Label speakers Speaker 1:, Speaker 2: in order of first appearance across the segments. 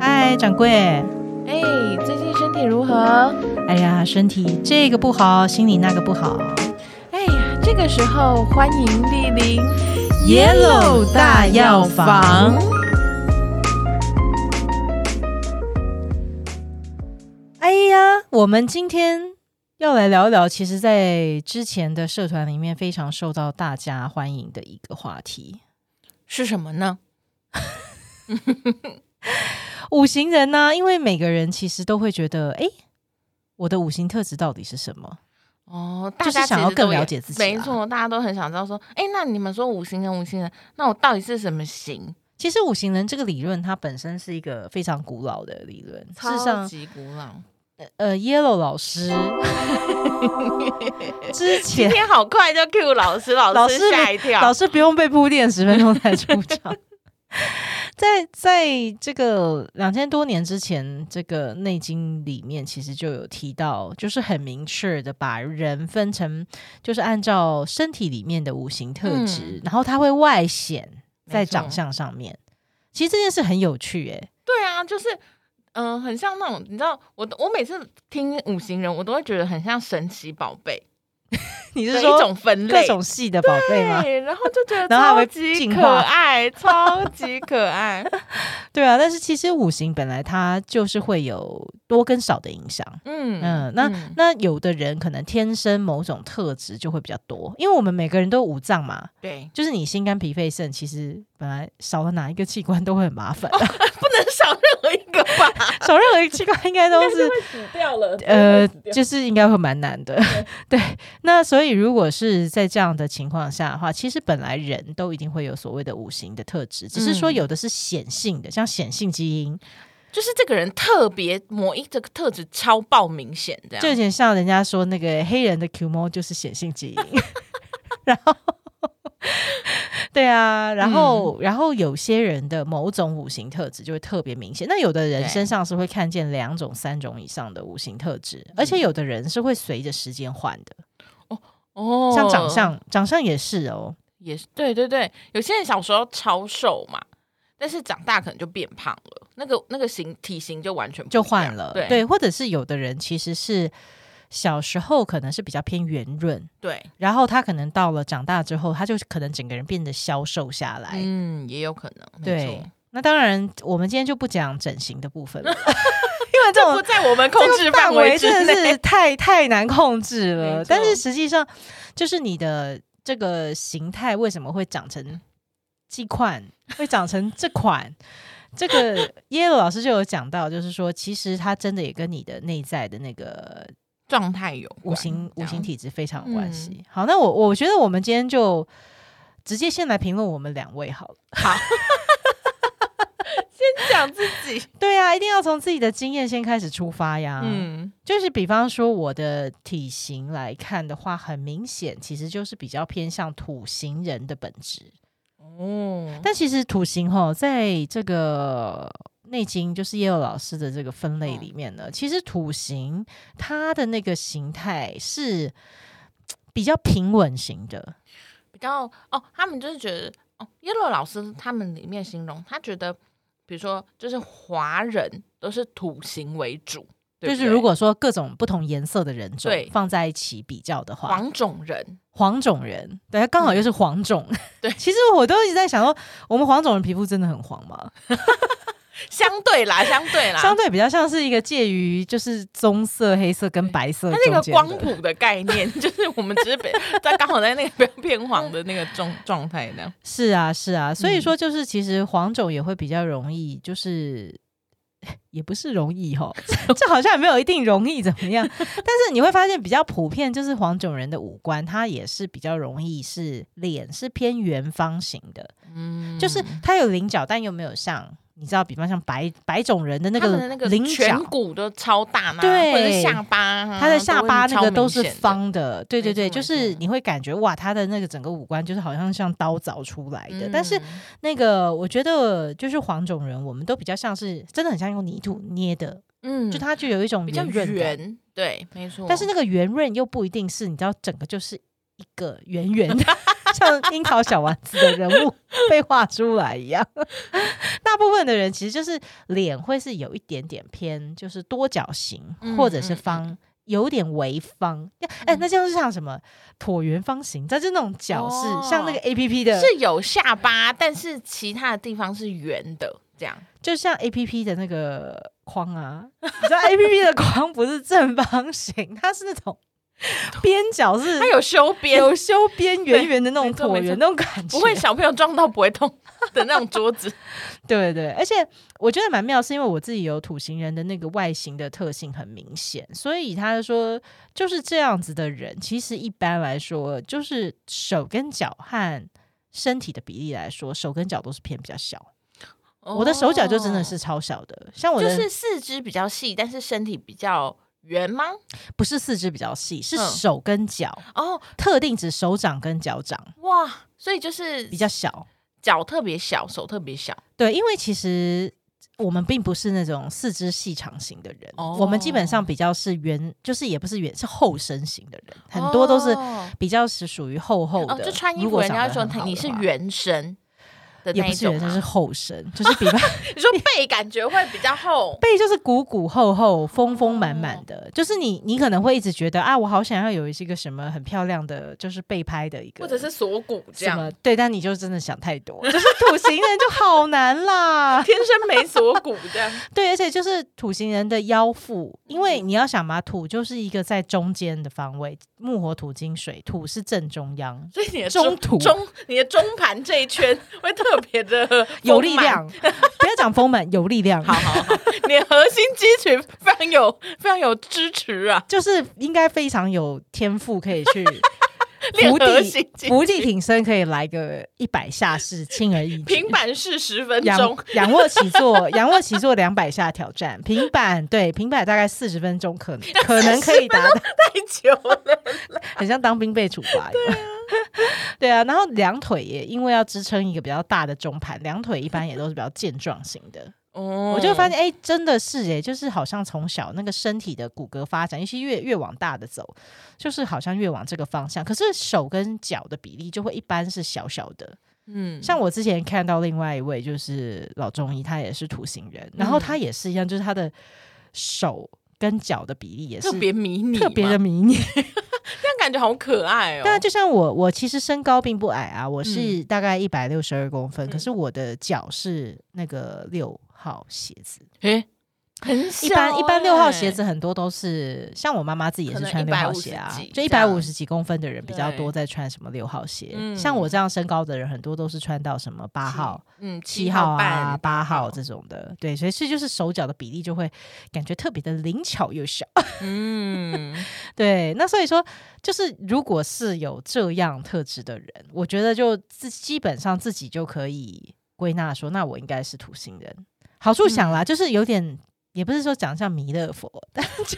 Speaker 1: 嗨，掌柜。
Speaker 2: 哎，最近身体如何？
Speaker 1: 哎呀，身体这个不好，心里那个不好。
Speaker 2: 哎呀，这个时候欢迎莅临
Speaker 1: Yellow 大药房。哎呀，我们今天要来聊一聊，其实，在之前的社团里面非常受到大家欢迎的一个话题
Speaker 2: 是什么呢？
Speaker 1: ——五行人呢、因为每个人其实都会觉得，哎，我的五行特质到底是什么？
Speaker 2: 哦，
Speaker 1: 就
Speaker 2: 大
Speaker 1: 是
Speaker 2: 家
Speaker 1: 想
Speaker 2: 其
Speaker 1: 要
Speaker 2: 实
Speaker 1: 更
Speaker 2: 都也
Speaker 1: 了解自己啊
Speaker 2: 没
Speaker 1: 啦
Speaker 2: 错，大家都很想知道说，哎，那你们说五行人，五行人，那我到底是什么型？
Speaker 1: 其实五行人这个理论，它本身是一个非常古老的理论。事实
Speaker 2: 超
Speaker 1: 上，
Speaker 2: 级古老。
Speaker 1: 呃，Yellow 老师 之
Speaker 2: 今
Speaker 1: 前
Speaker 2: 天好快就 Q 老师，老
Speaker 1: 老
Speaker 2: 师
Speaker 1: 师
Speaker 2: 吓一跳
Speaker 1: 老。师不用被铺垫十分钟才出场。 在在这个两千多年之前，这个《内经》里面其实就有提到，就是很明确的把人分成，就是按照身体里面的五行特质，
Speaker 2: 嗯
Speaker 1: 然后它会外显在
Speaker 2: 没错
Speaker 1: 长相上面。其实这件事很有趣、耶。
Speaker 2: 对啊，就是嗯、呃很像那种，你知道，我我每次听五行人，我都会觉得很像神奇宝贝
Speaker 1: 你
Speaker 2: 的
Speaker 1: 是
Speaker 2: 一
Speaker 1: 说
Speaker 2: 种分
Speaker 1: 各
Speaker 2: 类。
Speaker 1: 种系的宝贝吗？
Speaker 2: 对， 然后就觉得
Speaker 1: 然后还
Speaker 2: 超
Speaker 1: 会
Speaker 2: 级
Speaker 1: 进
Speaker 2: 可
Speaker 1: 化
Speaker 2: 爱， 超级可 爱。
Speaker 1: 对啊，但是其实五行本来它就是会有多跟少的影响。
Speaker 2: 嗯
Speaker 1: 嗯，那
Speaker 2: 嗯
Speaker 1: 那有的人可能天生某种特质就会比较多，因为我们每个人都有五脏嘛，
Speaker 2: 对，
Speaker 1: 就是你心肝脾肺肾，其实本来少了哪一个器官都会很麻烦，啊
Speaker 2: 不能少任何一个吧，
Speaker 1: 少任何一个器官应该都是
Speaker 2: 死掉
Speaker 1: 呃
Speaker 2: 了。真的会死，掉
Speaker 1: 就是应该会蛮难的。 对，那所以如果是在这样的情况下的话，其实本来人都一定会有所谓的五行的特质，只是说
Speaker 2: 嗯
Speaker 1: 有的是显性的，像显性基因，
Speaker 2: 就是这个人特别某一这个特质超爆明显，这样
Speaker 1: 就有点像人家说那个黑人的 Q 猫就是显性基因， 然后对啊，然后、
Speaker 2: 嗯
Speaker 1: 然后有些人的某种五行特质就会特别明显，那有的人
Speaker 2: 对
Speaker 1: 身上是会看见两种、三种以上的五行特质，而且有的人是会随着时间换的，
Speaker 2: 哦
Speaker 1: 像长相，长相也是哦。
Speaker 2: 也是对对对，有些人小时候超瘦嘛，但是长大可能就变胖了，那个那个型体型就完全不
Speaker 1: 就
Speaker 2: 一样
Speaker 1: 换了，
Speaker 2: 对啊
Speaker 1: 或者是有的人其实是小时候可能是比较偏圆润，
Speaker 2: 对，
Speaker 1: 然后他可能到了长大之后，他就可能整个人变得消瘦下来。
Speaker 2: 嗯，也有可能，没
Speaker 1: 对
Speaker 2: 错，
Speaker 1: 那当然，我们今天就不讲整形的部分 了，因为这
Speaker 2: 不
Speaker 1: 种
Speaker 2: 在我们控制
Speaker 1: 这个范
Speaker 2: 围之
Speaker 1: 真的
Speaker 2: 内。
Speaker 1: 是太太难控制了
Speaker 2: 没错。
Speaker 1: 但是实际上，就是你的这个形态为什么会长成这款，会长成这款？这 个耶鲁老师就有讲到，就是说，其实它真的也跟你的内在的那个
Speaker 2: 状态有
Speaker 1: 五
Speaker 2: 关
Speaker 1: 行五
Speaker 2: 这样
Speaker 1: 行体质非常有关系。
Speaker 2: 嗯
Speaker 1: 好，那我我觉得我们今天就直接先来评论我们两位好了。
Speaker 2: 好，先讲自己，
Speaker 1: 对啊，一定要从自己的经验先开始出发呀。嗯，
Speaker 2: 嗯，
Speaker 1: 就是比方说我的体型来看的话，很明显其实就是比较偏向土型人的本质。
Speaker 2: 哦，
Speaker 1: 但其实土型哈，在这个《内经》就是叶佑老师的这个分类里面呢，
Speaker 2: 嗯
Speaker 1: 其实土型它的那个形态是比较平稳型的。
Speaker 2: 比较哦，他们就是觉得哦，耶洛老师他们里面形容，他觉得，比如说就是华人都是土型为主，对
Speaker 1: 就是
Speaker 2: 不对
Speaker 1: 如果说各种不同颜色的人种
Speaker 2: 对
Speaker 1: 放在一起比较的话，
Speaker 2: 黄种人，
Speaker 1: 黄种人，对，刚好又是黄种。
Speaker 2: 嗯对
Speaker 1: 其实我都一直在想说，我们黄种人皮肤真的很黄吗？
Speaker 2: 相对啦，相对啊啦，
Speaker 1: 相对比较像是一个介于就是棕色、黑色跟白色
Speaker 2: 它
Speaker 1: 中
Speaker 2: 是
Speaker 1: 间
Speaker 2: 一
Speaker 1: 的
Speaker 2: 个光谱的概念， 就是我们只是被在刚好在那个不要变黄的那个状状态那样。
Speaker 1: 是啊，是啊，所以说
Speaker 2: 嗯
Speaker 1: 就是其实黄种也会比较容易，就是。 也不是容易 哈，这好像也没有一定容易怎么 样。但是你会发现比较普遍，就是黄种人的五官，它也是比较容易是脸是偏圆方形的，
Speaker 2: 嗯
Speaker 1: 就是它有棱角，但又没有像你知道，比方像白白种人的那
Speaker 2: 他
Speaker 1: 个
Speaker 2: 们的那个
Speaker 1: 棱
Speaker 2: 颧
Speaker 1: 角，
Speaker 2: 骨都超大嘛，
Speaker 1: 对
Speaker 2: 或者是下巴啊，
Speaker 1: 它的下巴
Speaker 2: 都
Speaker 1: 那个都
Speaker 2: 超
Speaker 1: 是
Speaker 2: 明显的，
Speaker 1: 方的，对对对，
Speaker 2: 没错
Speaker 1: 就
Speaker 2: 没
Speaker 1: 是
Speaker 2: 错
Speaker 1: 你会感觉哇，它的那个整个五官就是好像像刀凿出来的。
Speaker 2: 嗯
Speaker 1: 但是那个我觉得就是黄种人，我们都比较像是真的很像用泥土捏的，
Speaker 2: 嗯
Speaker 1: 就它就有一种
Speaker 2: 比较
Speaker 1: 圆润感，
Speaker 2: 圆，对，没错。
Speaker 1: 但是那个圆润又不一定是你知道整个就是一个圆圆的。 像樱桃小丸子的人 物被画出来一样。 大部分的人其实就是脸会是有一点点偏，就是多角形
Speaker 2: 嗯
Speaker 1: 或者是
Speaker 2: 嗯
Speaker 1: 方，有点微方。哎、那就是像什么椭圆方形，它就是那种角是、像那个
Speaker 2: 哦
Speaker 1: A P P 的，
Speaker 2: 是有下巴，但是其他的地方是圆的，这样
Speaker 1: 就像 A P P 的那个框啊，你知道 A P P 的框不是正方形，它是那种 边角是
Speaker 2: 它有修边，
Speaker 1: 有修 边圆圆的那种
Speaker 2: 没错没
Speaker 1: 椭
Speaker 2: 错
Speaker 1: 圆那种感觉，
Speaker 2: 不会小朋友撞到不会 痛的那种桌子。
Speaker 1: 对对，而且我觉得蛮妙，是因为我自己有土型人的那个外形的特性很明显，所以他说就是这样子的人，其实一般来说就是手跟脚和身体的比例来说，手跟脚都是偏比较小。 我的手脚就真的是超小的，像我
Speaker 2: 哦就
Speaker 1: 的、
Speaker 2: 是四肢比较细，但是身体比较圆吗？
Speaker 1: 不是四肢比较细，是
Speaker 2: 嗯
Speaker 1: 手跟脚，
Speaker 2: 哦，
Speaker 1: 特定指手掌跟脚掌
Speaker 2: 哇，所以就是
Speaker 1: 比较小。
Speaker 2: 嗯脚特别小，手特别小，
Speaker 1: 对，因为其实我们并不是那种四肢细长型的人，
Speaker 2: 哦
Speaker 1: 我们基本上比较是圆，就是也不是圆，是后身型的人，很多都是
Speaker 2: 哦，
Speaker 1: 比较是属于厚厚的。
Speaker 2: 哦就穿衣
Speaker 1: 如
Speaker 2: 服，
Speaker 1: 果
Speaker 2: 人家会说
Speaker 1: 长得很好
Speaker 2: 你
Speaker 1: 的
Speaker 2: 是
Speaker 1: 话。
Speaker 2: 圆身的
Speaker 1: 也
Speaker 2: 那
Speaker 1: 不
Speaker 2: 一
Speaker 1: 是
Speaker 2: 种
Speaker 1: 圆身，
Speaker 2: 吗
Speaker 1: 是后身，就是比方，
Speaker 2: 你说背感觉会比较厚
Speaker 1: 背就是鼓鼓厚厚、丰丰满
Speaker 2: 哦
Speaker 1: 满的，就是你你可能会一直觉得啊，我好想要有一些个什么很漂亮的，就是背拍的一个，
Speaker 2: 或者是锁骨这
Speaker 1: 什么
Speaker 2: 样，
Speaker 1: 对，但你就真的想太多，就是土型人就好难啦。
Speaker 2: 天生没锁骨这样。
Speaker 1: 对，而且就是土型人的腰腹，因为
Speaker 2: 嗯
Speaker 1: 你要想嘛，土就是一个在中间的方位，木火土金水，土是正中央，
Speaker 2: 所以你的
Speaker 1: 中途
Speaker 2: 中你的中盘这一圈会特别 的
Speaker 1: 有力量。 不要讲丰满，有力量。
Speaker 2: 丰满，好好好，你的核心肌群非常有非常有支持啊，
Speaker 1: 就是应该非常有天赋，可以去
Speaker 2: 练
Speaker 1: 伏
Speaker 2: 核
Speaker 1: 地
Speaker 2: 心肌
Speaker 1: 伏地挺身，可以来个一百下是轻而易举。
Speaker 2: 平板式十分
Speaker 1: 仰
Speaker 2: 钟，
Speaker 1: 仰卧起坐，仰卧起坐两百下挑战，平板对平板大概四十分钟可 能可能可以达到，
Speaker 2: 太久 了，
Speaker 1: 很像当兵被处罚。对啊，对啊，然后两腿也因为要支撑一个比较大的中盘，两腿一般也都是比较健壮型的。
Speaker 2: 哦
Speaker 1: 我就发现，哎、真的是哎、就是好像从小那个身体的骨骼发展，尤其越越往大的走，就是好像越往这个方向。可是手跟脚的比例就会一般是小小的，
Speaker 2: 嗯
Speaker 1: 像我之前看到另外一位就是老中医，他也是土型人，然后他也是一样，就是他的手跟脚的比例也是
Speaker 2: 特别迷你嘛，
Speaker 1: 特别的迷你。
Speaker 2: 这样感觉好可爱哦。
Speaker 1: 但啊就像我，我其实身高并不矮啊，我是
Speaker 2: 嗯
Speaker 1: 大概一百六十二公分，
Speaker 2: 嗯
Speaker 1: 可是我的脚是那个六号鞋子。
Speaker 2: 诶，很小
Speaker 1: 一般一般
Speaker 2: 欸
Speaker 1: 六号鞋子很多都是像我妈妈自己也是
Speaker 2: 可能
Speaker 1: 穿六号鞋啊
Speaker 2: 150几，
Speaker 1: 就一
Speaker 2: 这
Speaker 1: 百
Speaker 2: 样
Speaker 1: 五十几公分的人比较多
Speaker 2: 对
Speaker 1: 在穿什么六号鞋。
Speaker 2: 嗯
Speaker 1: 像我这样身高的人，很多都是穿到什么八号、
Speaker 2: 嗯，
Speaker 1: 七
Speaker 2: 七
Speaker 1: 号啊、
Speaker 2: 半
Speaker 1: 八号，这种的。对，所以这就是手脚的比例就会感觉特别的灵巧又小。
Speaker 2: 嗯，
Speaker 1: 对，那所以说，就是如果是有这样特质的人，我觉得就自基本上自己就可以归纳说，那我应该是土星人。好处想
Speaker 2: 嗯
Speaker 1: 啦，就是有点，也不是说讲像弥勒佛，但就是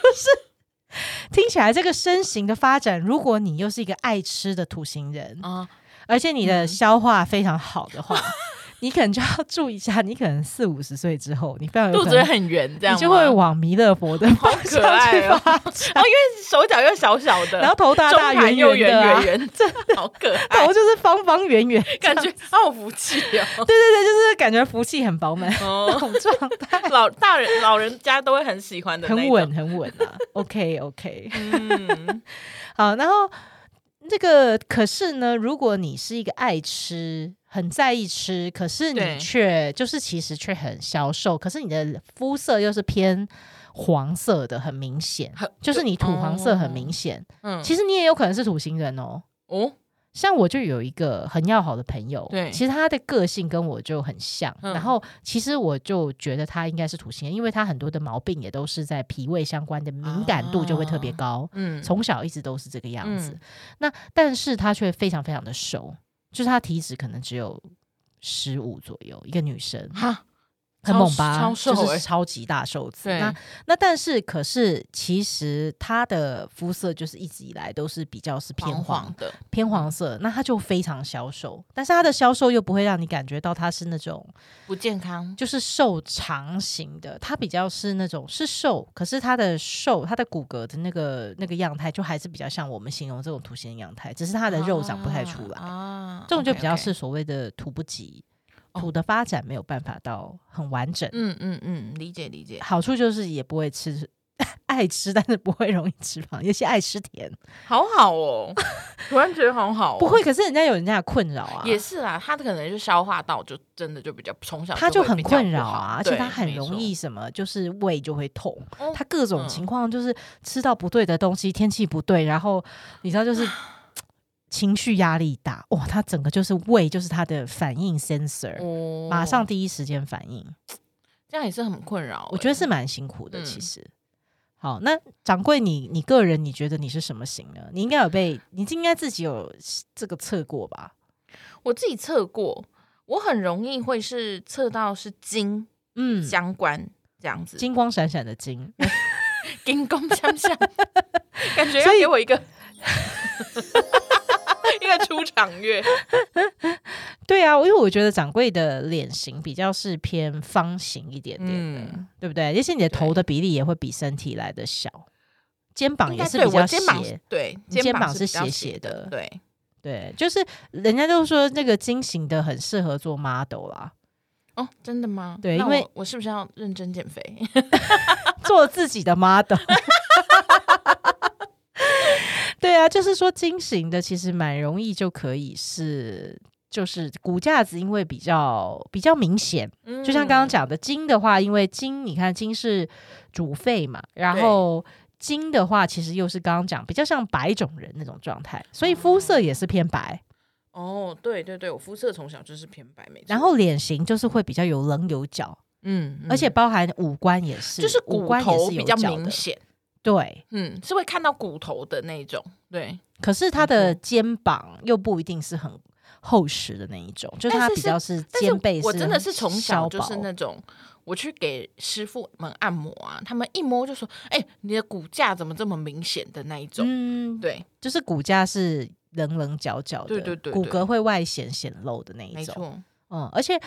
Speaker 1: 听起来这个身形的发展，如果你又是一个爱吃的土星人，
Speaker 2: 啊，
Speaker 1: 而且你的
Speaker 2: 嗯
Speaker 1: 消化非常好的话， 你可能就要注意一下，你可能四五十岁之后，你非常有
Speaker 2: 肚
Speaker 1: 可
Speaker 2: 子会
Speaker 1: 能
Speaker 2: 很圆，这样
Speaker 1: 你就
Speaker 2: 吗
Speaker 1: 会往弥勒佛的方向
Speaker 2: 可爱
Speaker 1: 去
Speaker 2: 哦
Speaker 1: 发展。
Speaker 2: 手脚又小小 的，
Speaker 1: 然后头大
Speaker 2: 中
Speaker 1: 大
Speaker 2: 盘
Speaker 1: 圆
Speaker 2: 又
Speaker 1: 的、啊
Speaker 2: 圆，圆圆，真的好可 爱
Speaker 1: 头，就是方方圆 圆，
Speaker 2: 感觉好有福气哦。
Speaker 1: 对对对，就是感觉福气很饱满那
Speaker 2: 哦，
Speaker 1: 种状态，
Speaker 2: 老大人老人家都会很喜欢的，
Speaker 1: 很稳。很稳啊。OK OK，
Speaker 2: 嗯，
Speaker 1: 好，然后这个可是呢，如果你是一个爱吃。很在意吃，可是你
Speaker 2: 对
Speaker 1: 却就是其实却很消瘦，可是你的肤色又是偏黄色的，很明显，
Speaker 2: 很
Speaker 1: 就是你土黄色很明
Speaker 2: 哦
Speaker 1: 显。
Speaker 2: 嗯，
Speaker 1: 其实你也有可能是土星人哦，
Speaker 2: 哦，
Speaker 1: 像我就有一个很要好的朋友，
Speaker 2: 对
Speaker 1: 其实他的个性跟我就很像，
Speaker 2: 嗯
Speaker 1: 然后其实我就觉得他应该是土星人，因为他很多的毛病也都是在脾胃相关的，敏感度就会特别高，
Speaker 2: 嗯，
Speaker 1: 从小一直都是这个样子。
Speaker 2: 嗯
Speaker 1: 那但是他却非常非常的瘦，就是他体脂可能只有十五左右，一个女生
Speaker 2: 哈，
Speaker 1: 很
Speaker 2: 超
Speaker 1: 猛吧，
Speaker 2: 超瘦
Speaker 1: 就
Speaker 2: 欸
Speaker 1: 是超级大瘦子。
Speaker 2: 对
Speaker 1: 那那但是可是其实他的肤色就是一直以来都是比较是偏
Speaker 2: 黄
Speaker 1: 黄
Speaker 2: 黄的，
Speaker 1: 偏黄色，那他就非常消瘦，但是他的消瘦又不会让你感觉到他是那种
Speaker 2: 不健康。
Speaker 1: 就是瘦长型的，他比较是那种是瘦，可是他的瘦，他的骨骼的那个那个样态就还是比较像我们形容这种图形的样态，只是他的肉长不太出来，
Speaker 2: 啊，
Speaker 1: 这种就比较
Speaker 2: OK，OK
Speaker 1: 是所谓的土不及，
Speaker 2: 哦
Speaker 1: 土的发展没有办法到很完整。
Speaker 2: 嗯嗯嗯，理解理解。
Speaker 1: 好处就是也不会吃， 爱吃但是不会容易吃胖，有些爱吃甜，
Speaker 2: 好好哦，突然觉得好好、哦，
Speaker 1: 不会。可是人家有人家的困扰啊，
Speaker 2: 也是啦，他可能就消化道就真的就比较从小
Speaker 1: 他
Speaker 2: 就
Speaker 1: 就
Speaker 2: 会
Speaker 1: 很
Speaker 2: 比较
Speaker 1: 困
Speaker 2: 不
Speaker 1: 扰
Speaker 2: 好
Speaker 1: 啊，而且
Speaker 2: 对
Speaker 1: 他很
Speaker 2: 没
Speaker 1: 容
Speaker 2: 错
Speaker 1: 易什么，就是胃就会痛。
Speaker 2: 哦
Speaker 1: 他各种情况就是吃到不对的东西，天气不对，然后你知道就是 情绪压力大，哇，他整个就是胃就是他的反应 sensor，、
Speaker 2: 哦
Speaker 1: 马上第一时间反应，
Speaker 2: 这样也是很困扰欸、
Speaker 1: 我觉得是蛮辛苦的，
Speaker 2: 嗯
Speaker 1: 其实。好，那掌柜你，你个人你觉得你是什么型呢？你应该有被，你应该自己有这个测过吧？
Speaker 2: 我自己测过，我很容易会是测到是金
Speaker 1: 嗯，
Speaker 2: 相关。这样子，
Speaker 1: 金光闪闪的金，
Speaker 2: 金光相 向，感觉要
Speaker 1: 所以
Speaker 2: 给我一个 一个出场乐。
Speaker 1: 对啊，因为我觉得掌柜的脸型比较是偏方形一点点的，
Speaker 2: 嗯
Speaker 1: 对不对？而且你的头的比例也会比身体来的小，肩膀
Speaker 2: 应
Speaker 1: 也
Speaker 2: 该
Speaker 1: 是
Speaker 2: 对
Speaker 1: 比较
Speaker 2: 我
Speaker 1: 斜。
Speaker 2: 肩膀是对
Speaker 1: 你肩膀是
Speaker 2: 是比较
Speaker 1: 斜
Speaker 2: 斜
Speaker 1: 斜的
Speaker 2: 对，
Speaker 1: 对，就是人家都说那个金型的很适合做 model 啦，
Speaker 2: 哦，真的吗？
Speaker 1: 对
Speaker 2: 那
Speaker 1: 因为
Speaker 2: 我我是不是要认真减肥？
Speaker 1: 做自己的 model。对啊，就是说金型的其实蛮容易就可以是，就是骨架子因为比较比较明显，就像刚
Speaker 2: 嗯
Speaker 1: 刚讲的，金的话，因为金，你看金是主肺嘛，然
Speaker 2: 对
Speaker 1: 后金的话，其实又是刚刚讲比较像白种人那种状态，所以肤色也是偏白，
Speaker 2: 嗯哦，对对对，我肤色从小就是偏白，没错。
Speaker 1: 然后脸型就是会比较有棱有角，
Speaker 2: 嗯，嗯
Speaker 1: 而且包含五官也是，
Speaker 2: 就是
Speaker 1: 五
Speaker 2: 骨
Speaker 1: 官也
Speaker 2: 头
Speaker 1: 是有
Speaker 2: 比较
Speaker 1: 角
Speaker 2: 明
Speaker 1: 的，
Speaker 2: 显，
Speaker 1: 对。
Speaker 2: 嗯，是会看到骨头的那一种。对，
Speaker 1: 可是他
Speaker 2: 没错
Speaker 1: 的肩膀又不一定是很厚实的那一种，就是
Speaker 2: 但
Speaker 1: 他
Speaker 2: 是
Speaker 1: 比
Speaker 2: 是
Speaker 1: 较是
Speaker 2: 但
Speaker 1: 肩背
Speaker 2: 是我真的是
Speaker 1: 很
Speaker 2: 从小
Speaker 1: 削
Speaker 2: 就是
Speaker 1: 薄
Speaker 2: 那种，我去给师傅们按摩啊，他们一摸就说：“哎、你的骨架怎么这么明显的那一种？”
Speaker 1: 嗯，
Speaker 2: 对，
Speaker 1: 就是骨架是棱棱角角的，
Speaker 2: 对对对
Speaker 1: 骨
Speaker 2: 对
Speaker 1: 骼会外显显露的那一
Speaker 2: 没
Speaker 1: 种。
Speaker 2: 错，
Speaker 1: 嗯，而且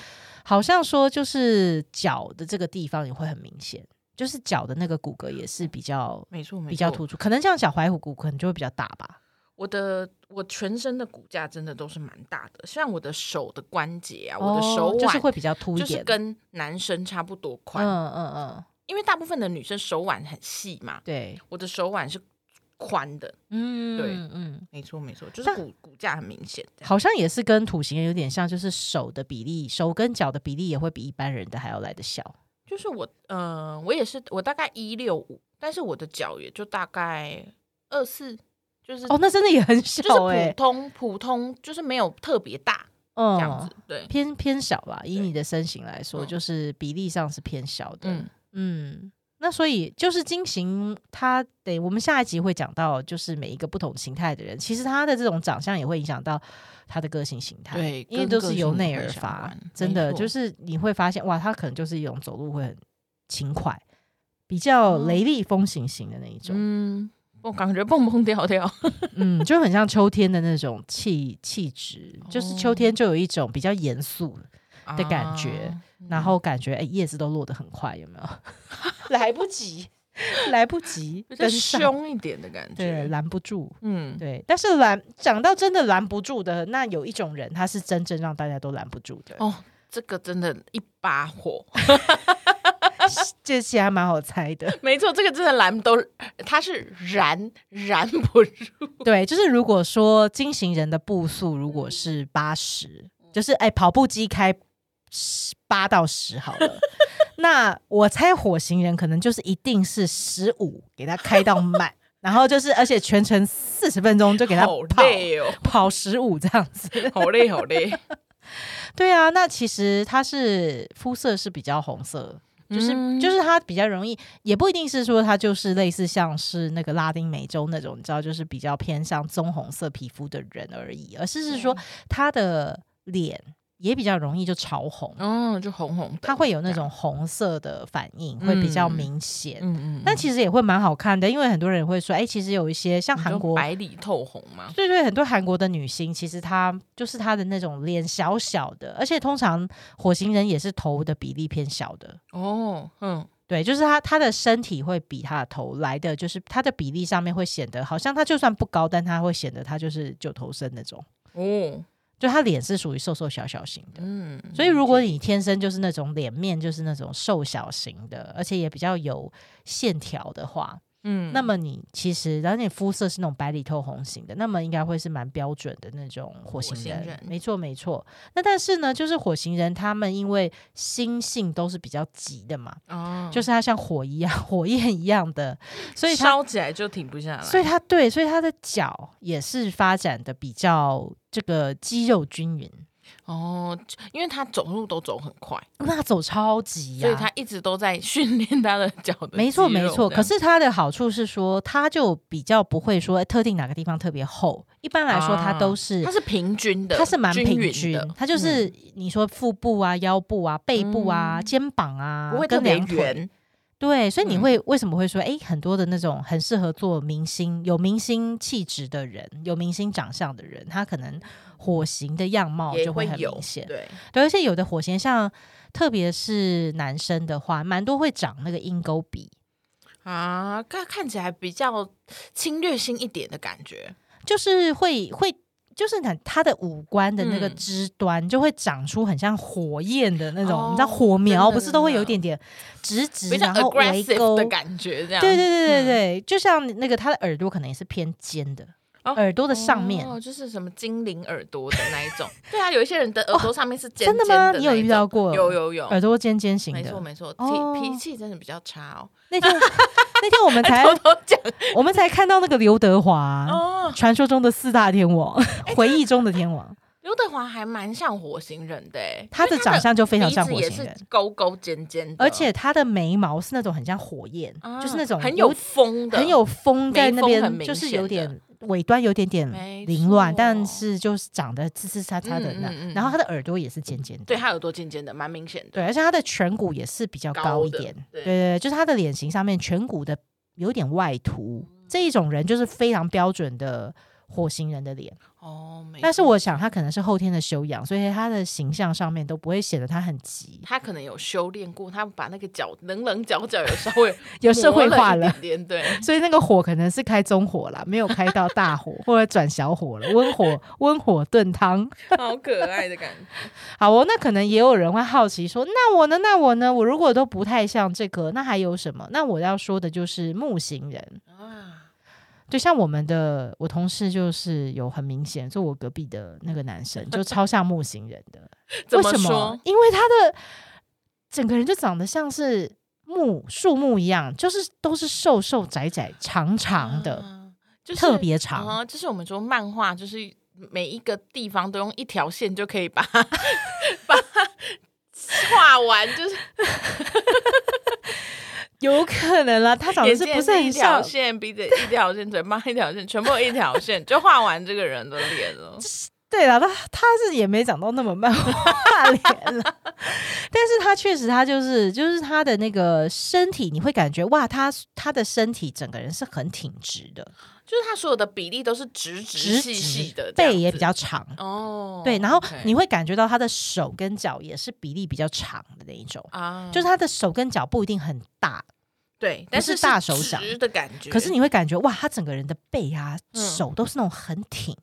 Speaker 1: 好像说就是脚的这个地方也会很明显，就是脚的那个骨骼也是比较
Speaker 2: 没错，没错。
Speaker 1: 比较突出，可能像小踝骨骨可能就会比较大吧。
Speaker 2: 我的我全身的骨架真的都是蛮大的，像我的手的关节啊，我的手
Speaker 1: 哦
Speaker 2: 腕
Speaker 1: 就是会比较凸一
Speaker 2: 就
Speaker 1: 点，
Speaker 2: 是跟男生差不多宽，
Speaker 1: 嗯嗯嗯，
Speaker 2: 因为大部分的女生手腕很细嘛，
Speaker 1: 对，
Speaker 2: 我的手腕是宽的，
Speaker 1: 嗯
Speaker 2: 对
Speaker 1: 嗯，
Speaker 2: 没错没错，就
Speaker 1: 但
Speaker 2: 是骨骨架很明显。这样
Speaker 1: 好像也是跟土型有点像，就是手的比例，手跟脚的比例也会比一般人的还要来的小。
Speaker 2: 就是我，嗯、我也是，我大概一六五，但是我的脚也就大概二四，就是、
Speaker 1: 哦，那真的也很
Speaker 2: 就
Speaker 1: 小哎、
Speaker 2: 是普通普通，就是没有特别大这样
Speaker 1: 嗯
Speaker 2: 子，，对，
Speaker 1: 偏偏小吧，以
Speaker 2: 对
Speaker 1: 你的身形来说，
Speaker 2: 嗯
Speaker 1: 就是比例上是偏小的。
Speaker 2: 嗯，
Speaker 1: 嗯，那所以就是金型，它得我们下一集会讲到，就是每一个不同形态的人，其实他的这种长相也会影响到他的个性形态。
Speaker 2: 对
Speaker 1: 因为
Speaker 2: 跟
Speaker 1: 都是
Speaker 2: 个性
Speaker 1: 由
Speaker 2: 也
Speaker 1: 内
Speaker 2: 会
Speaker 1: 而
Speaker 2: 相
Speaker 1: 发
Speaker 2: 关，
Speaker 1: 真
Speaker 2: 没
Speaker 1: 的
Speaker 2: 错
Speaker 1: 就是你会发现，哇，他可能就是一种走路会很勤快，比较
Speaker 2: 哦
Speaker 1: 雷厉风行型的那一种，
Speaker 2: 嗯，我感觉蹦蹦跳跳，
Speaker 1: 嗯就很像秋天的那种气气质，就是秋
Speaker 2: 哦
Speaker 1: 天就有一种比较严肃， 的感觉
Speaker 2: 啊
Speaker 1: 然后感觉哎、叶子都落得很快，有没 有？来不及，来不及
Speaker 2: 比较
Speaker 1: 跟上，
Speaker 2: 凶一点的感
Speaker 1: 对，
Speaker 2: 觉，
Speaker 1: 拦不住。
Speaker 2: 嗯，
Speaker 1: 对，但是拦讲到真的拦不住的，那有一种人，他是真正让大家都拦不住的。
Speaker 2: 哦，这个真的，一把火，
Speaker 1: 这些还蛮好猜 的。
Speaker 2: 没错，这个真的拦都，它是燃燃不住，
Speaker 1: 对，就是如果说金型人的步速如果是八十，就是哎、跑步机开八到十好 了。那我猜火星人可能就是一定是十五，给他开到满，然后就是而且全程四十分钟就给他
Speaker 2: 好
Speaker 1: 跑
Speaker 2: 累哦，
Speaker 1: 跑十五这样子。
Speaker 2: 好累好累，
Speaker 1: 对啊，那其实他是肤色是比较红色，就是、
Speaker 2: 嗯
Speaker 1: 就是他比较容易，也不一定是说他就是类似像是那个拉丁美洲那种，你知道，就是比较偏向棕红色皮肤的人而已，而是是说他的脸。也比较容易就潮红，
Speaker 2: 嗯，就红红的，
Speaker 1: 它会有那种红色的反应，会比较明显。
Speaker 2: 嗯，嗯嗯，
Speaker 1: 但其实也会蛮好看的，因为很多人也会说，哎、其实有一些像
Speaker 2: 你
Speaker 1: 韩
Speaker 2: 就
Speaker 1: 国，
Speaker 2: 白里透红嘛，
Speaker 1: 对对，很多韩国的女星，其实她就是她的那种脸小小的，而且通常火星人也是头的比例偏小的，
Speaker 2: 哦，嗯，
Speaker 1: 对，就是她她的身体会比她的头来的，就是她的比例上面会显得好像她就算不高，但她会显得她就是九头身那种，
Speaker 2: 哦，
Speaker 1: 就她脸是属于瘦瘦小小型的。
Speaker 2: 嗯，
Speaker 1: 所以，如果你天生就是那种脸面就是那种瘦小型的，而且也比较有线条的话，
Speaker 2: 嗯，
Speaker 1: 那么你其实，然后你肤色是那种白里透红型的，那么应该会是蛮标准的那种火星
Speaker 2: 星
Speaker 1: 人。
Speaker 2: 人
Speaker 1: 没错，没错。那但是呢，就是火星人他们因为心性都是比较急的嘛，
Speaker 2: 哦，
Speaker 1: 就是他像火一样、 火焰一样的，所以他，
Speaker 2: 烧起来就停不下来，
Speaker 1: 所以他对，所以他的脚也是发展的比较这个肌肉均匀。
Speaker 2: 哦，因为他走路都走很快，
Speaker 1: 那走超级呀、
Speaker 2: 所以他一直都在 训练他的脚的肌肉。
Speaker 1: 没错，没错。
Speaker 2: 这
Speaker 1: 可
Speaker 2: 样
Speaker 1: 是它的好处是说，它就比较不会说哎特定哪个地方特别厚。一般来说，它
Speaker 2: 啊
Speaker 1: 都是、
Speaker 2: 他是平均的，
Speaker 1: 它是蛮平
Speaker 2: 均
Speaker 1: 均
Speaker 2: 的，，
Speaker 1: 它就是你说腹部啊、腰部啊、背部啊、
Speaker 2: 嗯
Speaker 1: 肩膀啊，
Speaker 2: 不会特
Speaker 1: 跟
Speaker 2: 别
Speaker 1: 两腿。
Speaker 2: 圆。
Speaker 1: 对，所以你
Speaker 2: 嗯
Speaker 1: 会、为什么会说，哎，很多的那种很适合做明星、有明星气质的人、有明星长相的人，他可能火型的样貌
Speaker 2: 也
Speaker 1: 哦就
Speaker 2: 会
Speaker 1: 很
Speaker 2: 有
Speaker 1: 明显。
Speaker 2: 对，
Speaker 1: 对，而且有的火型像，特别是男生的话，蛮多会长那个鹰钩鼻。
Speaker 2: 啊，看看起来比较侵略性一点的感觉，
Speaker 1: 就是会会，就是很它的五官的那个
Speaker 2: 嗯
Speaker 1: 肢端就会长出很像火焰的那种，
Speaker 2: 哦
Speaker 1: 你知道火苗
Speaker 2: 真的
Speaker 1: 不是都会
Speaker 2: 真的
Speaker 1: 有一点点直直，
Speaker 2: 比较
Speaker 1: 然后围
Speaker 2: aggressive
Speaker 1: 勾
Speaker 2: 的。感觉，这样
Speaker 1: 对对对对
Speaker 2: 嗯
Speaker 1: 对，就像那个它的耳朵可能也是偏尖的，
Speaker 2: 哦
Speaker 1: 耳朵的上面。
Speaker 2: 哦，就是什么精灵耳朵的那一种。对啊，有一些人的耳朵上面是尖
Speaker 1: 哦真的吗？
Speaker 2: 尖
Speaker 1: 你
Speaker 2: 那
Speaker 1: 有
Speaker 2: 一
Speaker 1: 遇到
Speaker 2: 种？
Speaker 1: 过？
Speaker 2: 有有有，
Speaker 1: 耳朵尖尖型
Speaker 2: 没
Speaker 1: 的
Speaker 2: 错。没错，
Speaker 1: 哦
Speaker 2: 脾脾气真的比较差哦。
Speaker 1: 那天那天我们才
Speaker 2: 偷偷讲
Speaker 1: 我们才看到那个刘德华，
Speaker 2: 哦，哎
Speaker 1: 传说中的四大天王， 回忆中的天王，
Speaker 2: 刘德华还蛮像火星人的欸，
Speaker 1: 他的长相就非常像火
Speaker 2: 鼻
Speaker 1: 星
Speaker 2: 子也
Speaker 1: 人
Speaker 2: 是。勾勾尖尖的，
Speaker 1: 而且他的眉毛是那种很像火焰，
Speaker 2: 啊
Speaker 1: 就是那种
Speaker 2: 很有风的，
Speaker 1: 很有风在那
Speaker 2: 眉峰
Speaker 1: 边，
Speaker 2: 很明
Speaker 1: 就
Speaker 2: 显
Speaker 1: 是有点尾端有点点
Speaker 2: 没
Speaker 1: 凌乱，
Speaker 2: 错
Speaker 1: 但是就是长得刺刺叉叉的
Speaker 2: 嗯
Speaker 1: 那。
Speaker 2: 嗯嗯
Speaker 1: 然后他的耳朵也是尖尖的，
Speaker 2: 对他耳朵尖尖的，蛮明显的。
Speaker 1: 对而且他的颧骨也是比较高
Speaker 2: 高
Speaker 1: 一
Speaker 2: 的
Speaker 1: 点，对
Speaker 2: 对
Speaker 1: 对，就是他的脸型上面颧骨的有点外凸，
Speaker 2: 嗯
Speaker 1: 这一种人就是非常标准的。火星人的脸，
Speaker 2: 哦，没
Speaker 1: 但是
Speaker 2: 错
Speaker 1: 我想他可能是后天的修养，所以他的形象上面都不会显得他很急，
Speaker 2: 他可能有修炼过，他把那个角棱棱角角有稍微
Speaker 1: 有社会化
Speaker 2: 磨
Speaker 1: 了
Speaker 2: 一。点点，对。
Speaker 1: 所以那个火可能是开中火啦，没有开到大火，或者转小火了，温火温火炖汤。
Speaker 2: 好可爱的感觉。
Speaker 1: 好哦，那可能也有人会好奇说，那我呢？那我呢？我如果都不太像这个，那还有什么？那我要说的就是木星人，
Speaker 2: 啊，
Speaker 1: 就像我们的我同事就是有很明显，就我隔壁的那个男生就超像木星人的，
Speaker 2: 怎
Speaker 1: 为什么
Speaker 2: 说？？
Speaker 1: 因为他的整个人就长得像是木树木一样，就是都是瘦瘦窄窄、长长的，
Speaker 2: 啊就是
Speaker 1: 特别长。
Speaker 2: 啊，就是我们说漫画，就是每一个地方都用一条线就 可以把把它画完， 就是
Speaker 1: 有可能 啦，他长得
Speaker 2: 眼
Speaker 1: 是
Speaker 2: 睛
Speaker 1: 不是
Speaker 2: 一
Speaker 1: 很
Speaker 2: 条
Speaker 1: 像？
Speaker 2: 线，鼻子一条线，嘴巴一条线，全部一条线就画完这个人的脸 了。
Speaker 1: 对啦，他他是也没长到那么漫画脸啦，但是他确实他就是就是他的那个身体，你会感觉哇，他他的身体整个人是很挺直的，
Speaker 2: 就是他所有的比例都是直直
Speaker 1: 直
Speaker 2: 细细
Speaker 1: 直
Speaker 2: 的，这样
Speaker 1: 背也
Speaker 2: 子
Speaker 1: 比较长。
Speaker 2: 哦，
Speaker 1: 对，然后
Speaker 2: OK
Speaker 1: 你会感觉到他的手跟脚也是比例比较长的那一种，
Speaker 2: 啊，
Speaker 1: 就是他的手跟脚不一定很大，
Speaker 2: 对，但
Speaker 1: 是
Speaker 2: 是
Speaker 1: 大手掌
Speaker 2: 直的感觉，
Speaker 1: 可是你会感觉哇，他整个人的背啊、
Speaker 2: 嗯
Speaker 1: 手都是那种很挺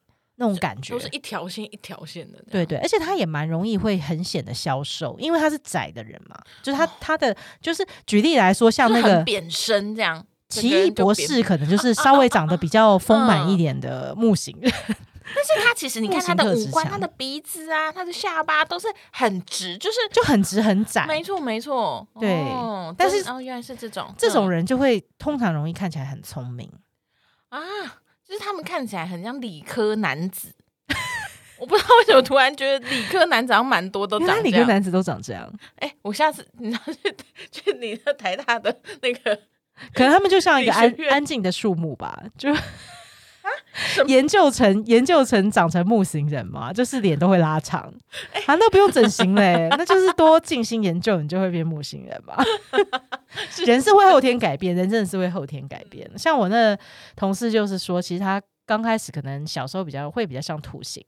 Speaker 1: 那种感觉，
Speaker 2: 都是一条线一条线的，
Speaker 1: 对，对，而且他也蛮容易会很显得消瘦，因为他是窄的人嘛，就是他、他的就是举例来说，像
Speaker 2: 哦就是
Speaker 1: 那
Speaker 2: 很
Speaker 1: 个
Speaker 2: 扁身这样。整
Speaker 1: 奇
Speaker 2: 个人
Speaker 1: 异
Speaker 2: 就
Speaker 1: 博
Speaker 2: 扁嗯
Speaker 1: 士，可能就是稍微长得比较丰满 一点的木型 人，
Speaker 2: 但是他其实你
Speaker 1: 木
Speaker 2: 看他
Speaker 1: 型
Speaker 2: 的
Speaker 1: 特质
Speaker 2: 五官、
Speaker 1: 强
Speaker 2: 他的鼻子啊、他的下巴都是很直，就是
Speaker 1: 就很直很窄
Speaker 2: 没。错没错，
Speaker 1: 哎对
Speaker 2: 哦
Speaker 1: 但
Speaker 2: 真
Speaker 1: 是
Speaker 2: 哦原来是这种
Speaker 1: 这种
Speaker 2: 人
Speaker 1: 人就会通常容易看起来很聪明，
Speaker 2: 啊，就是他们看起来很像理科男子。 我不知道为什么突然觉得理科男子好像蛮多都
Speaker 1: 原
Speaker 2: 长
Speaker 1: 来
Speaker 2: 这
Speaker 1: 理科
Speaker 2: 样。
Speaker 1: 男子都长这样，
Speaker 2: 哎、我下次你要去去你的台大的那个
Speaker 1: 可能他们就像一个
Speaker 2: 理学
Speaker 1: 安
Speaker 2: 院
Speaker 1: 安静的树木吧，就
Speaker 2: 他啊什么
Speaker 1: 研究成研究成长成木型人嘛，就是脸都会拉长，
Speaker 2: 哎
Speaker 1: 啊，那不用整形嘞，那就是多静心研究，你就会变木型人 吧。人是会后天改变，人真的是会后天改变的。像我那同事就是说，其实他刚开始可能小时候比较会比较像土型，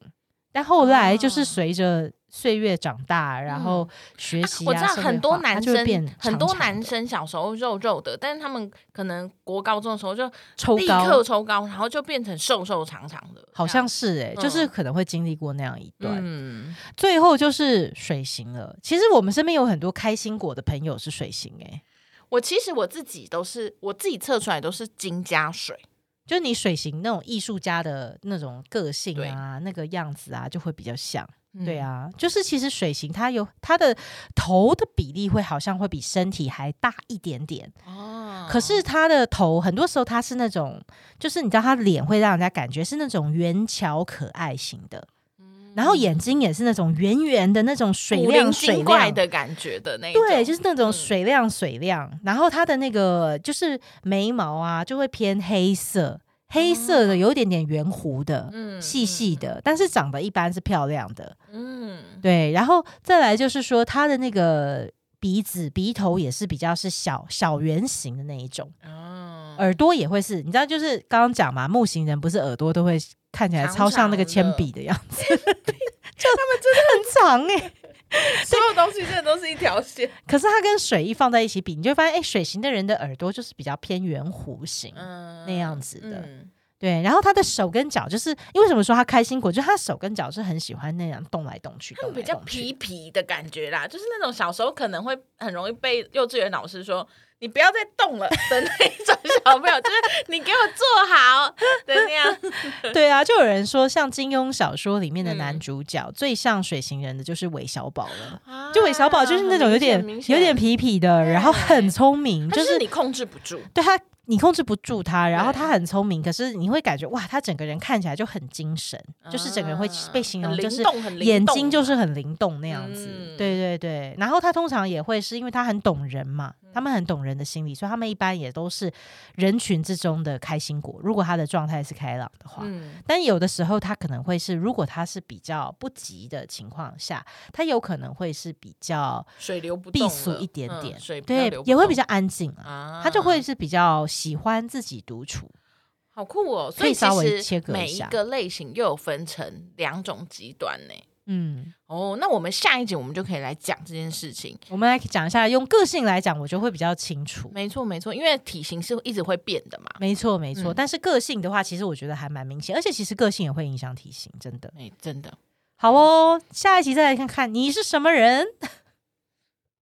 Speaker 1: 但后来就是
Speaker 2: 哦嗯
Speaker 1: 随着岁月长大，然后学习、啊
Speaker 2: 我知道
Speaker 1: 社会
Speaker 2: 很多
Speaker 1: 化
Speaker 2: 男
Speaker 1: 他就会变
Speaker 2: 生，很多
Speaker 1: 长长的
Speaker 2: 男生小时候肉肉的，但是他们可能国高中的时候就
Speaker 1: 抽
Speaker 2: 立
Speaker 1: 高
Speaker 2: 刻抽高，然后就变成瘦瘦长长的这样，
Speaker 1: 好像是哎、
Speaker 2: 嗯
Speaker 1: 就是可能会经历过那样一段，
Speaker 2: 嗯，
Speaker 1: 最后就是水型了。其实我们身边有很多开心果的朋友是水型哎、
Speaker 2: 我其实我自己都是我自己测出来都是金加水，
Speaker 1: 就是你水型那种艺术家的那种个性啊，那个样子啊，就会比较像。
Speaker 2: 嗯
Speaker 1: 对，啊，就是其实水型它有它的头的比例会好像会比身体还大一点点，
Speaker 2: 哦，
Speaker 1: 可是他的头很多时候他是那种，就是你知道他脸会让人家感觉是那种圆巧可爱型的，然后眼睛也是那种圆圆的那种水
Speaker 2: 嗯古
Speaker 1: 亮
Speaker 2: 灵
Speaker 1: 水
Speaker 2: 精怪
Speaker 1: 亮。
Speaker 2: 的感觉的那一种，
Speaker 1: 对，就是那种
Speaker 2: 嗯
Speaker 1: 水亮水亮，然后他的那个就是眉毛啊，就会偏黑色，黑色的有一点点圆弧的，
Speaker 2: 嗯
Speaker 1: 细细，的，但是长得一般是漂亮的。
Speaker 2: 嗯，
Speaker 1: 对，然后再来就是说他的那个鼻子、鼻头也是比较是小小圆形的那一种。
Speaker 2: 哦
Speaker 1: 耳朵也会是，你知道，就是刚刚讲嘛，木型人不是耳朵都会看起来超像那个铅笔的样 子，就他们真的很长哎、
Speaker 2: 所有东西真的都是一条线，
Speaker 1: 可是它跟水一放在一起比，你就会发现，哎、水型的人的耳朵就是比较偏圆弧形，
Speaker 2: 嗯
Speaker 1: 那样子的
Speaker 2: 嗯
Speaker 1: 对。然后他的手跟脚，就是因为为什么说他开心果，就是他手跟脚是很喜欢那样动来动去，
Speaker 2: 他
Speaker 1: 动
Speaker 2: 们
Speaker 1: 来
Speaker 2: 比较
Speaker 1: 动
Speaker 2: 皮
Speaker 1: 去。
Speaker 2: 皮的感觉啦，就是那种小时候可能会很容易被幼稚园老师说你不要再动了的那一种小朋友，就是你给我坐好的那 样。
Speaker 1: 对啊，就有人说，像金庸小说里面的
Speaker 2: 嗯
Speaker 1: 男主角、最像水型人的就是韦小宝了。就韦小宝就是那种有点
Speaker 2: 很啊嗯明显
Speaker 1: 有点，皮皮的，然后很聪明，
Speaker 2: 就
Speaker 1: 就是是
Speaker 2: 你控制不住。
Speaker 1: 对他，你控制不住他，然后
Speaker 2: 对
Speaker 1: 他很聪明，可是你会感觉哇，他整个人看起来就很精神，就是整个人会
Speaker 2: 啊
Speaker 1: 被形容
Speaker 2: 很
Speaker 1: 就
Speaker 2: 灵
Speaker 1: 是
Speaker 2: 动很灵
Speaker 1: 眼
Speaker 2: 动
Speaker 1: 睛就
Speaker 2: 啦
Speaker 1: 是很灵动那样子。
Speaker 2: 嗯
Speaker 1: 对对对，然后他通常也会是因为他很懂人嘛，
Speaker 2: 嗯
Speaker 1: 他们很懂人的心理，所以他们一般也都是人群之中的开心果。如果他的状态是开朗的话。
Speaker 2: 嗯
Speaker 1: 但有的时候，他可能会是，如果他是比较不急的情况下，他有可能会是比较
Speaker 2: 水流不
Speaker 1: 避
Speaker 2: 动
Speaker 1: 俗
Speaker 2: 了
Speaker 1: 一点
Speaker 2: 嗯
Speaker 1: 点，
Speaker 2: 水比较
Speaker 1: 对
Speaker 2: 流，不
Speaker 1: 也会
Speaker 2: 动
Speaker 1: 比较安静啊。
Speaker 2: 啊，
Speaker 1: 他就会是比较喜欢自己独处。
Speaker 2: 好酷哦。所
Speaker 1: 可以
Speaker 2: 其
Speaker 1: 稍微
Speaker 2: 实
Speaker 1: 切割一
Speaker 2: 每一
Speaker 1: 下
Speaker 2: 个类型又有分成两种极端呢。
Speaker 1: 嗯，
Speaker 2: 哦，那我们下一集我们就可以来讲这件事情。
Speaker 1: 我们来讲一下，用个性来讲，我就会比较清楚。
Speaker 2: 没错，没错，因为体型是一直会变的嘛。
Speaker 1: 没错，没错。
Speaker 2: 嗯
Speaker 1: 但是个性的话，其实我觉得还蛮明显，而且其实个性也会影响体型，真的。
Speaker 2: 哎、真的，
Speaker 1: 好哦，下一集再来看看你是什么人。